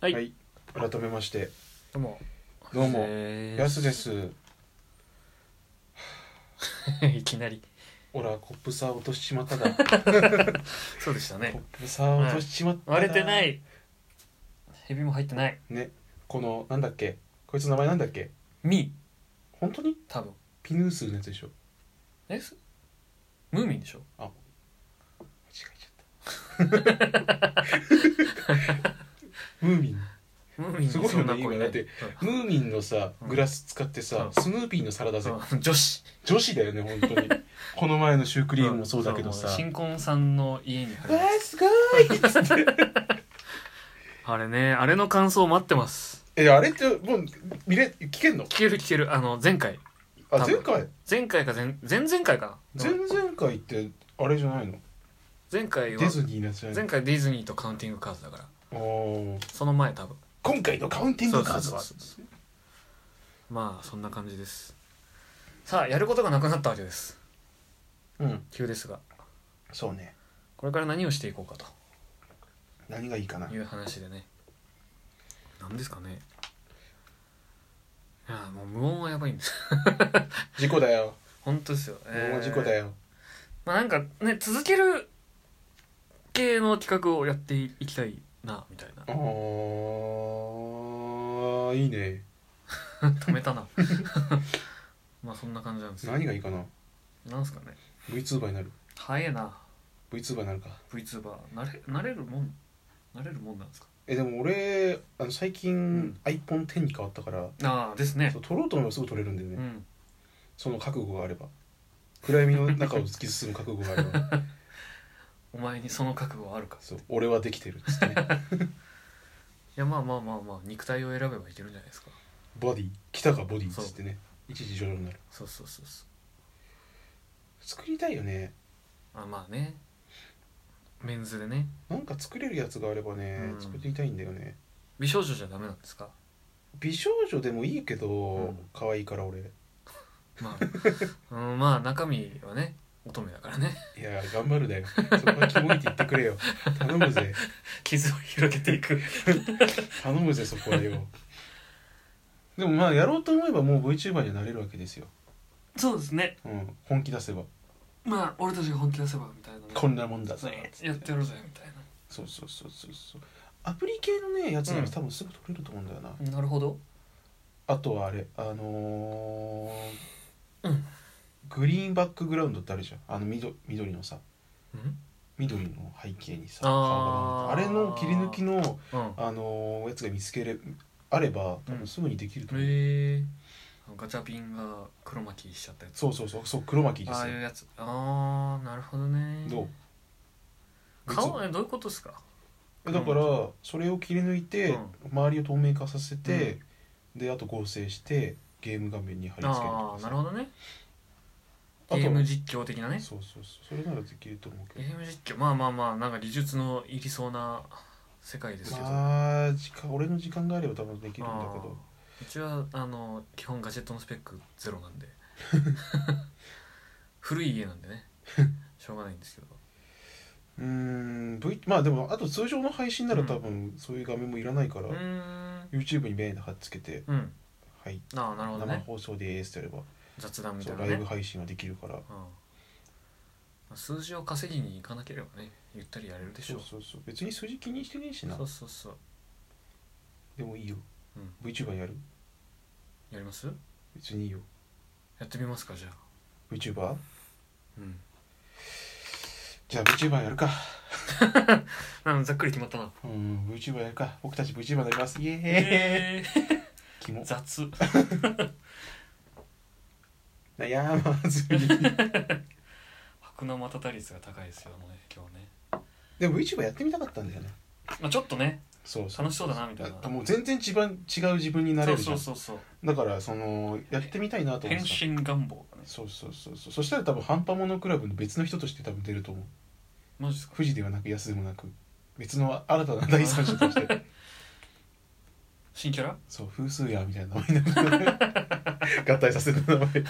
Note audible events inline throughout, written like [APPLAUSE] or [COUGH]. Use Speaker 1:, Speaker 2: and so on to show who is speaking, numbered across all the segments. Speaker 1: はい
Speaker 2: はい、改めまして
Speaker 3: どうも
Speaker 2: どうも
Speaker 1: えー
Speaker 2: やすです。
Speaker 1: [LAUGHS] いきなり
Speaker 2: オラコップさ落としちま
Speaker 1: [LAUGHS]
Speaker 2: っただ。
Speaker 1: そうでした
Speaker 2: コ
Speaker 1: ね
Speaker 2: ップさ落としちまった
Speaker 1: [LAUGHS]
Speaker 2: だ。
Speaker 1: 割れてな。いエビも入ってない
Speaker 2: ね、このなんだっけ、こいつの名前なんだっけ。
Speaker 1: ミ
Speaker 2: 本当に
Speaker 1: 多分
Speaker 2: ピヌースのやつでしょ。
Speaker 1: えすムーミンでしょ
Speaker 2: 間違えちゃった。ムーミン。
Speaker 1: ムーミンに
Speaker 2: すごいよ
Speaker 1: そ
Speaker 2: ね
Speaker 1: んな声
Speaker 2: 今だってムーミンのさ
Speaker 1: うん
Speaker 2: グラス使ってさ、スヌーピーの皿だぜ、
Speaker 1: うんうん女子
Speaker 2: 女子だよね本当にこの前のシュークリームもそうだけどさ、
Speaker 1: ん新婚さんの家にあ
Speaker 2: うわ
Speaker 1: れ
Speaker 2: ーすごいっつって
Speaker 1: あれねあれの感想待ってます
Speaker 2: えあれってもう見れ聞けんの
Speaker 1: 聞ける聞けるあの前回
Speaker 2: あ
Speaker 1: 多
Speaker 2: 前
Speaker 1: 分
Speaker 2: 回
Speaker 1: 前回か前前々回かな
Speaker 2: 前々回ってあれじゃないの
Speaker 1: 前回
Speaker 2: デ
Speaker 1: は
Speaker 2: ィズニーのやつじゃない
Speaker 1: 前
Speaker 2: の
Speaker 1: 回ディズニーとカウンティングカーズだから
Speaker 2: おー
Speaker 1: その前多分
Speaker 2: 今回のカウンティングカードは
Speaker 1: そうまあそんな感じですさあやることがなくなったわけです
Speaker 2: うん
Speaker 1: 急ですが
Speaker 2: そうね
Speaker 1: これから何をしていこうか
Speaker 2: 何がいいかな
Speaker 1: という話でね何ですかねいやもう無音はやばいんです [LAUGHS]
Speaker 2: 事故だよ
Speaker 1: 本当ですよ、え
Speaker 2: も
Speaker 1: ー
Speaker 2: う事故だよ
Speaker 1: まあなんかね続ける系の企画をやっていきたいなみたいな
Speaker 2: あーいいね
Speaker 1: 止めた [LAUGHS] なまあそんな感じなんですよ
Speaker 2: 何がいいかな
Speaker 1: なんすかね
Speaker 2: VTuber になる
Speaker 1: 早えな
Speaker 2: VTuber になるか
Speaker 1: VTuber 慣れ慣れるもん慣れるもんなんですか
Speaker 2: えでも俺あの最近、
Speaker 1: ん
Speaker 2: アイコン10に変わったから
Speaker 1: ああですね
Speaker 2: そう取ろうと思えばすぐ取れるんだよね、
Speaker 1: うん
Speaker 2: その覚悟があれば暗闇の中を突き進む覚悟があれ
Speaker 1: [LAUGHS]
Speaker 2: ば
Speaker 1: お前にその覚悟はあるか
Speaker 2: そう俺はできてるっつってね
Speaker 1: いやまあまあまあまあ肉体を選べばいけるんじゃないですか
Speaker 2: ボディ来たかボディっつってね一時上々になる
Speaker 1: そうそうそうそう
Speaker 2: 作りたいよね
Speaker 1: あまあねメンズでね
Speaker 2: なんか作れるやつがあればね、
Speaker 1: うん
Speaker 2: 作ってみたいんだよね
Speaker 1: 美少女じゃダメなんですか
Speaker 2: 美少女でもいいけど、
Speaker 1: ん
Speaker 2: 可愛いから俺い
Speaker 1: ま [LAUGHS] あ、うん、まあ中身はね乙女だからね [LAUGHS]
Speaker 2: や頑張るだよそこはキモいって言ってくれよ頼むぜ
Speaker 1: 傷を広げていく
Speaker 2: 頼むぜそこはよでもまあやろうと思えばもう VTuber になれるわけですよ、
Speaker 1: そうですね
Speaker 2: うん、本気出せば
Speaker 1: まあ俺たちが本気出せばみたいな
Speaker 2: こんなもんだぜ
Speaker 1: ねやってやろうぜみたい
Speaker 2: そうそうそうそうそうアプリ系のねやつな
Speaker 1: う
Speaker 2: ら
Speaker 1: ん
Speaker 2: 多分すぐ取れると思うんだよな、
Speaker 1: ななるほど
Speaker 2: あとはあれあのー
Speaker 1: うん
Speaker 2: グリーンバックグラウンドってあるじゃんあの緑緑のさ
Speaker 1: うん
Speaker 2: 緑の背景にさ
Speaker 1: あー
Speaker 2: 顔があれの切り抜きの、
Speaker 1: うん
Speaker 2: あのーやつが見つけれあれば多分すぐにできると思う、
Speaker 1: へえガチャピンが黒巻きしちゃったやつ
Speaker 2: そうそうそうそう黒巻で
Speaker 1: あ
Speaker 2: す
Speaker 1: あい
Speaker 2: よ
Speaker 1: うやつああなるほどね
Speaker 2: どう
Speaker 1: 顔えどういうことですか
Speaker 2: えだからそれを切り抜いて、
Speaker 1: うん
Speaker 2: 周りを透明化させて、であと合成してゲーム画面に貼り付ける
Speaker 1: ああなるほどね
Speaker 2: あ
Speaker 1: ゲ
Speaker 2: と
Speaker 1: ーム実況的なね
Speaker 2: そうそうそうそれならできると思う
Speaker 1: ゲ
Speaker 2: けど
Speaker 1: ーム実況まあまあまあなんか技術のいりそうな世界ですけど、
Speaker 2: まあ時間俺の時間があれば多分できるんだけど
Speaker 1: うちはあの基本ガジェットのスペックゼロなんで [LAUGHS] 古い家なんで
Speaker 2: [LAUGHS]
Speaker 1: ねしょうがないんですけど
Speaker 2: うーん、v、まあでもあと通常の配信なら多分そういう画面もいらないから、
Speaker 1: うーん
Speaker 2: YouTube にメインで貼っつけて
Speaker 1: うん
Speaker 2: 「はい
Speaker 1: ああなるほど
Speaker 2: 生
Speaker 1: ね
Speaker 2: 放送でーす」ってやれば、
Speaker 1: 雑談みた
Speaker 2: そ
Speaker 1: いうな
Speaker 2: ライブ
Speaker 1: ね、
Speaker 2: 配信はできるから
Speaker 1: うん、数字を稼ぎに行かなければねゆったりやれるでしょ
Speaker 2: そうそうそう別に数字気にしてねえしな
Speaker 1: そうそうそう
Speaker 2: でもいいよ、
Speaker 1: うん
Speaker 2: VTuber やる
Speaker 1: やります
Speaker 2: 別にいいよ
Speaker 1: やってみますかじゃあ
Speaker 2: VTuber?
Speaker 1: うん
Speaker 2: じゃあ VTuber やるか
Speaker 1: なんかざっくり決まったな
Speaker 2: うん VTuber やるか僕たち VTuber になりますイエーイ、
Speaker 1: ええ
Speaker 2: キ
Speaker 1: [LAUGHS]
Speaker 2: モ
Speaker 1: 雑
Speaker 2: 悩まず
Speaker 1: [LAUGHS]
Speaker 2: に
Speaker 1: 白の股た率が高いですよね今日ね、
Speaker 2: でも VTuber やってみたかったんだよね
Speaker 1: まあ、ちょっとね
Speaker 2: そうそう
Speaker 1: 楽しそうだなみたいな
Speaker 2: あもう全然一番違う自分になれ
Speaker 1: そ
Speaker 2: る
Speaker 1: う
Speaker 2: じゃ
Speaker 1: そ
Speaker 2: ん
Speaker 1: うそうそう
Speaker 2: だからそのやってみたいなと思
Speaker 1: 変
Speaker 2: ってた
Speaker 1: 身願望がね
Speaker 2: そうそうそうそうそしたら多分半端ものクラブの別の人として多分出ると思う
Speaker 1: マジですか
Speaker 2: 富士ではなく安でもなく別の新たな第三者として
Speaker 1: [LAUGHS] 新キャラ
Speaker 2: そう風数やみたいな名前になる [LAUGHS] 合体させる名前
Speaker 1: うん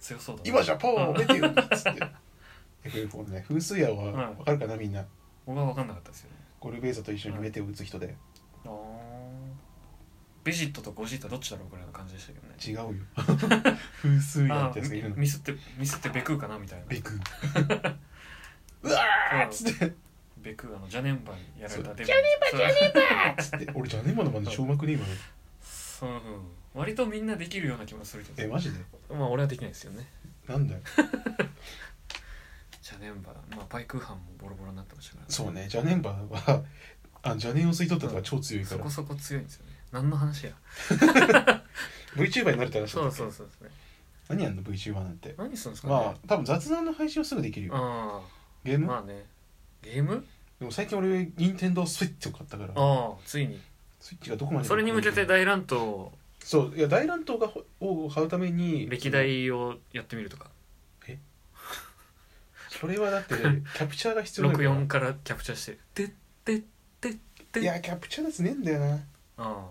Speaker 1: 強そうだな
Speaker 2: 今じゃポーン出てよっ
Speaker 1: [LAUGHS]
Speaker 2: つって FF4 ね風水屋は
Speaker 1: うん
Speaker 2: 分かるかなみんな
Speaker 1: 僕は分かんなかったですよね
Speaker 2: ゴルベーザと一緒にメテを打つ人で
Speaker 1: ベジットとゴジータどっちだろうぐらいの感じでしたけどね
Speaker 2: 違う
Speaker 1: [LAUGHS]
Speaker 2: よ風水や
Speaker 1: あ
Speaker 2: ってやつがいる
Speaker 1: ー
Speaker 2: の
Speaker 1: ミスってミスってベクーかなみたいな
Speaker 2: ベクうわーっつって
Speaker 1: ベクーあのジャネンバにやられた
Speaker 2: そう
Speaker 1: デジャネンバジャネンバ
Speaker 2: つって俺じゃねえものまで小学ね今の
Speaker 1: そう、うん、割とみんなできるような気もするけど
Speaker 2: えマジで
Speaker 1: まあ俺はできないですよね
Speaker 2: なんだよ
Speaker 1: ジャネンバまあパイクーハンもボロボロになってましたから、
Speaker 2: そうねジャネンバはあジャネンを吸い取ったとか超強いか
Speaker 1: そ
Speaker 2: ら
Speaker 1: こそこ強いんですよね何の話や
Speaker 2: VTuber になるって話だ
Speaker 1: そ
Speaker 2: っ
Speaker 1: う
Speaker 2: た
Speaker 1: そう
Speaker 2: っけ
Speaker 1: そうですね
Speaker 2: 何やんの VTuber なんて
Speaker 1: 何するんですかね、
Speaker 2: まあ多分雑談の配信はすぐできるよ
Speaker 1: あ
Speaker 2: ゲー
Speaker 1: ー
Speaker 2: ム
Speaker 1: まあねゲーム
Speaker 2: でも最近俺任天堂スイッチを買ったから
Speaker 1: ああついに
Speaker 2: スイッチがどこまで
Speaker 1: それに向けて大乱闘
Speaker 2: そういや大乱闘がほを買うために
Speaker 1: 歴代をやってみるとか
Speaker 2: それはだってキャプチャーが必要だから
Speaker 1: 64からキャプチャーして「てってってって」
Speaker 2: いやキャプチャーですねえんだよな
Speaker 1: ああ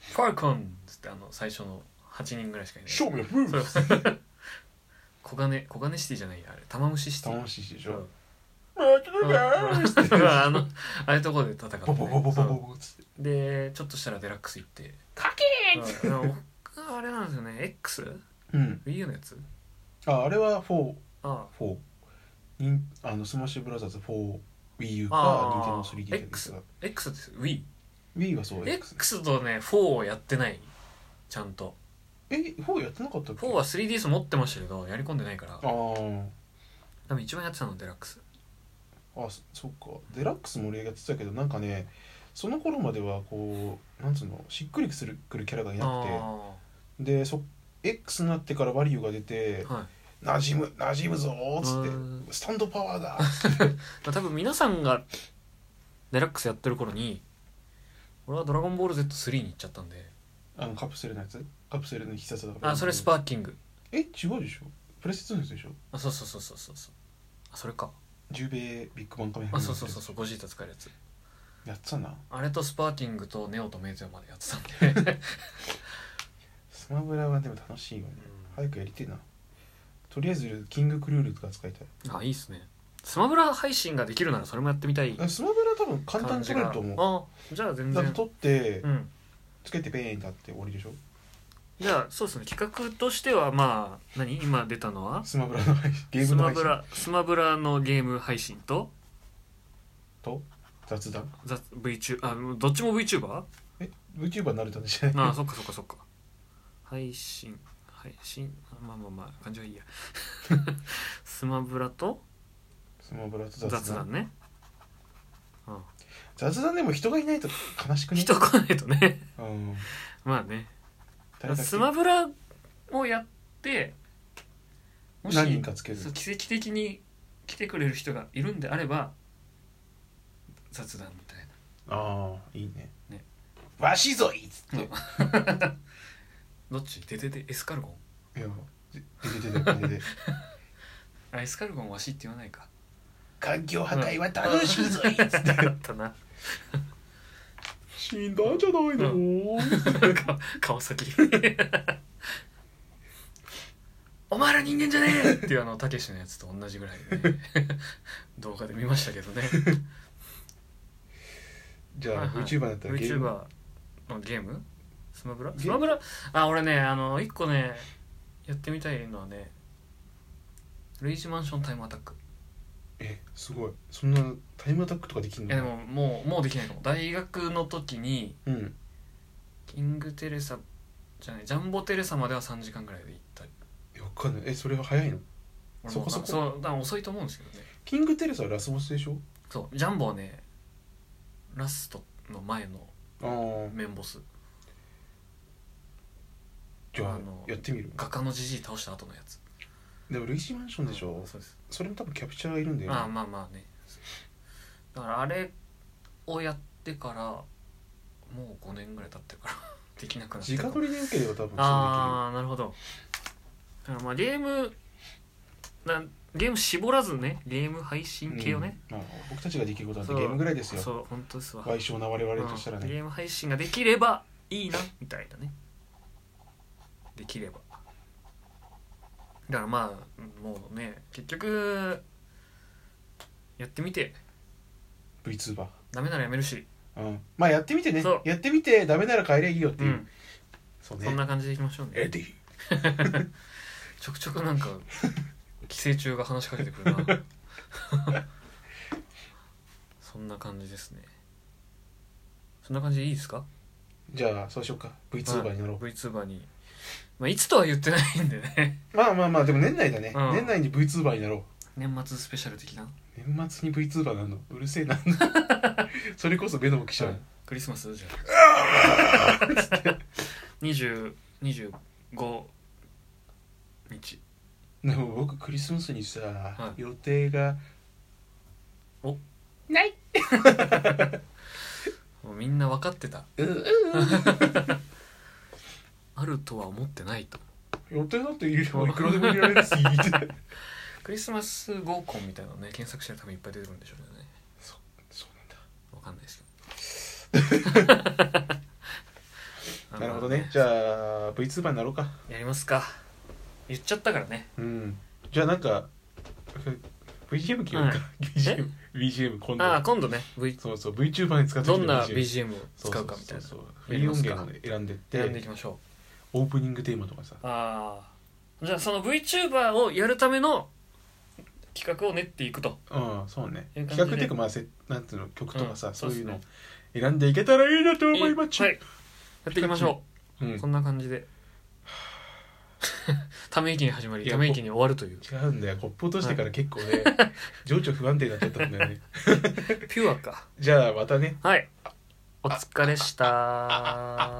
Speaker 1: ファルコン」っつってあの最初の8人ぐらいしかいない
Speaker 2: 勝負よブー
Speaker 1: そう [LAUGHS] 小金小金シティじゃないやあれ玉虫シティ
Speaker 2: 楽しいでしょ
Speaker 1: うんうんあのあれとこで戦ってね
Speaker 2: ボボボボボボ
Speaker 1: そ
Speaker 2: ボつって
Speaker 1: うでちょっとしたらデラックス行って
Speaker 2: かけ
Speaker 1: うんあの僕あれなんですよね XWiiU
Speaker 2: うん
Speaker 1: のやつ
Speaker 2: ああれは4
Speaker 1: あ
Speaker 2: フォーニンあのスマッシュブラザーズ 4WiiU
Speaker 1: あ
Speaker 2: か
Speaker 1: あ
Speaker 2: Nintendo 3D ですが
Speaker 1: X です WiiX
Speaker 2: Wii はそう X
Speaker 1: とね4をやってないちゃんと
Speaker 2: え4やってなかったっけ
Speaker 1: 4は 3DS 持ってましたけどやり込んでないから
Speaker 2: あ
Speaker 1: 多分一番やってたのはデラックス
Speaker 2: ああそそっかデラックスも俺やってたけどなんかねその頃まではこうなんつうのしっくりくるくるキャラがい
Speaker 1: あ
Speaker 2: なくてでそ X になってからバリューが出
Speaker 1: あ
Speaker 2: て
Speaker 1: はい
Speaker 2: 「なじむなじむぞ」っつ
Speaker 1: う
Speaker 2: っ
Speaker 1: ん
Speaker 2: て「スタンドパワーだ
Speaker 1: まあ、多分皆さんがデラックスやってる頃に俺は「ドラゴンボール Z3」に行っちゃったんで」
Speaker 2: あのカプセルのやつカプセルの必殺だから
Speaker 1: あそれスパーキング
Speaker 2: え違うでしょプレステ2のやつでしょ
Speaker 1: あそうそうそうそうそうそうあそれか
Speaker 2: 10米ビッグバンカメ
Speaker 1: あそうそうそうそうゴジータ使えるやつ
Speaker 2: やってたな
Speaker 1: あれとスパーキングとネオとメイゼオまでやってたん
Speaker 2: [LAUGHS]
Speaker 1: で
Speaker 2: スマブラはでも楽しいよね、早くやりてえなとりあえずキングクルールとか使いたい
Speaker 1: あいいっすねスマブラ配信ができるならそれもやってみたい
Speaker 2: あスマブラ多分簡単
Speaker 1: 感
Speaker 2: に
Speaker 1: じ
Speaker 2: 取れ
Speaker 1: が
Speaker 2: ると思う
Speaker 1: あじゃあ全
Speaker 2: だって
Speaker 1: 然
Speaker 2: 取って
Speaker 1: うん
Speaker 2: つけてペーンだって終わりでしょ
Speaker 1: じゃあそうですね企画としてはまあ何今出たのは
Speaker 2: スマブラの配信ゲー
Speaker 1: ス
Speaker 2: ムの
Speaker 1: マ
Speaker 2: 配
Speaker 1: ブ
Speaker 2: 信
Speaker 1: ラスマブラのゲーム配信と
Speaker 2: と雑談
Speaker 1: 雑 VTuber あどっちも VTuber?
Speaker 2: VTuber になるたんじゃない
Speaker 1: ああそっかそっかそっか配信配信あまあまあまあ感じはいいや [LAUGHS] スマブラと
Speaker 2: スマブラと雑談
Speaker 1: 雑談ねうん
Speaker 2: 雑談でも人がいないと悲しくね
Speaker 1: 人来ないとね [LAUGHS]
Speaker 2: うん
Speaker 1: まあね
Speaker 2: 誰だっけ
Speaker 1: スマブラをやってもし
Speaker 2: 何人かつける
Speaker 1: そう奇跡的に来てくれる人がいるんであれば雑談みたい
Speaker 2: ああいいね
Speaker 1: ね
Speaker 2: わしぞいっつって、
Speaker 1: うんなどっちでででエスカルゴン
Speaker 2: いやで出て出て出て出て
Speaker 1: あエスカルゴンわしって言わないか [LAUGHS]
Speaker 2: 環境破壊は楽しいぞいっつっ
Speaker 1: だ
Speaker 2: て
Speaker 1: ったな
Speaker 2: 死んだんじゃないの、
Speaker 1: か川崎 [LAUGHS] お前ら人間じゃねえっていうあのたけしのやつと同じぐらい [LAUGHS] ね動画で見ましたけどね
Speaker 2: じゃあ、
Speaker 1: はいはい
Speaker 2: VTuber だったらゲーム
Speaker 1: VTuber のゲームスマブラ
Speaker 2: ゲーム
Speaker 1: スマブラあ俺ねあの一個ねやってみたいのはねルイージマンションタイムアタック
Speaker 2: えすごいそんなタイムアタックとかできん
Speaker 1: い
Speaker 2: の
Speaker 1: やでももうもうできないかも大学の時に
Speaker 2: うん
Speaker 1: キングテレサじゃないジャンボテレサまでは3時間ぐらいで行った
Speaker 2: えわかんないえそれは早いの
Speaker 1: 俺も
Speaker 2: そこそこ
Speaker 1: そうだから遅いと思うんですけどね
Speaker 2: キングテレサはラスボスでしょ
Speaker 1: そうジャンボはねラストの前の
Speaker 2: ああ
Speaker 1: メンボス
Speaker 2: じゃあ
Speaker 1: あの
Speaker 2: やってみる
Speaker 1: 画家のじじい倒した後のやつ
Speaker 2: でもルイージマンションでしょ
Speaker 1: そうです
Speaker 2: それも多分キャプチャーがいるんだよ、ね、
Speaker 1: まあまあまあねだからあれをやってからもう5年ぐらい経ってるから [LAUGHS] できなくなって
Speaker 2: 自家撮りで受ければ多分そ
Speaker 1: ああなるほどだからまあゲームなんゲーム絞らずねゲーム配
Speaker 2: う
Speaker 1: 信
Speaker 2: でき
Speaker 1: 系
Speaker 2: る、
Speaker 1: を
Speaker 2: うん
Speaker 1: ね、
Speaker 2: まあ、僕たちができることなんて
Speaker 1: そう
Speaker 2: ゲームぐらいですよ
Speaker 1: そう本当ですわ
Speaker 2: 賠償な我々としたら
Speaker 1: うんゲ
Speaker 2: ね
Speaker 1: ーム配信ができればいいなみたいなねできればだからまあうんもうね結局やってみて
Speaker 2: VTuber
Speaker 1: ダメならやめるし
Speaker 2: あうん、まあやってみてね
Speaker 1: そう
Speaker 2: やってみてダメなら帰りゃいいよって
Speaker 1: う
Speaker 2: いう、
Speaker 1: ん、
Speaker 2: そう
Speaker 1: そん
Speaker 2: ね
Speaker 1: な感じでいきましょうね
Speaker 2: エディ
Speaker 1: ちょくちょくなんか寄生虫が話しかけてくるな [LAUGHS] そんな感じですねそんな感じでいいですか
Speaker 2: じゃあそうしようか VTuber になろう、
Speaker 1: はい VTuber にまあいつとは言ってないんでね [LAUGHS]
Speaker 2: まあまあまあでも年内だね、
Speaker 1: うん
Speaker 2: 年内に VTuber になろう
Speaker 1: 年末スペシャル的な、
Speaker 2: 年末に VTuber なのうるせ
Speaker 1: [LAUGHS]
Speaker 2: えなそれこそ目のもきちゃう、
Speaker 1: クリスマスじゃあ20 25日
Speaker 2: でも僕クリスマスにさ、
Speaker 1: い
Speaker 2: 予定が
Speaker 1: お
Speaker 2: ない
Speaker 1: もうみんな分かってた
Speaker 2: ううう
Speaker 1: あるとは思ってないと
Speaker 2: 予定だっているよいくらでも入れられ
Speaker 1: [LAUGHS]
Speaker 2: るし [LAUGHS] って
Speaker 1: クリスマス合コンみたいなのね検索したら多分いっぱい出てくるんでしょうね
Speaker 2: そうなん
Speaker 1: わかんないですけど
Speaker 2: [LAUGHS] だなるほどねじゃあ VTuber になろうか
Speaker 1: やりますか言っちゃったからね
Speaker 2: うんじゃあなんか BGM 決めるか、
Speaker 1: は
Speaker 2: BGM, BGM 今度
Speaker 1: ああ今度ね、v、
Speaker 2: そうそう VTuber に使って
Speaker 1: どんな
Speaker 2: BGM
Speaker 1: BGM を使うかみたいな
Speaker 2: そうそうそうフ
Speaker 1: や
Speaker 2: リ
Speaker 1: り
Speaker 2: ー
Speaker 1: ま
Speaker 2: 音
Speaker 1: すか
Speaker 2: 源を選んでって
Speaker 1: 選んでいきましょ
Speaker 2: オープニングテーマとかさ
Speaker 1: うああじゃあその VTuber をやるための企画を練っていくと
Speaker 2: うんそうね
Speaker 1: いう感じで
Speaker 2: 企画っていうかまあせなんていうの曲とかさ、
Speaker 1: うん
Speaker 2: そういうの
Speaker 1: そう
Speaker 2: を
Speaker 1: で
Speaker 2: 選んでいけたらいいなと思いまちゅ
Speaker 1: はいやっていきましょ
Speaker 2: う
Speaker 1: うんこんな感じで [LAUGHS] ため息に始まりため息に終わるという
Speaker 2: 違うんだよコップ落としてから結構ね、情緒不安定になっちゃったんだ [LAUGHS] よね
Speaker 1: ピュアか
Speaker 2: じゃあまたね
Speaker 1: はいお疲れした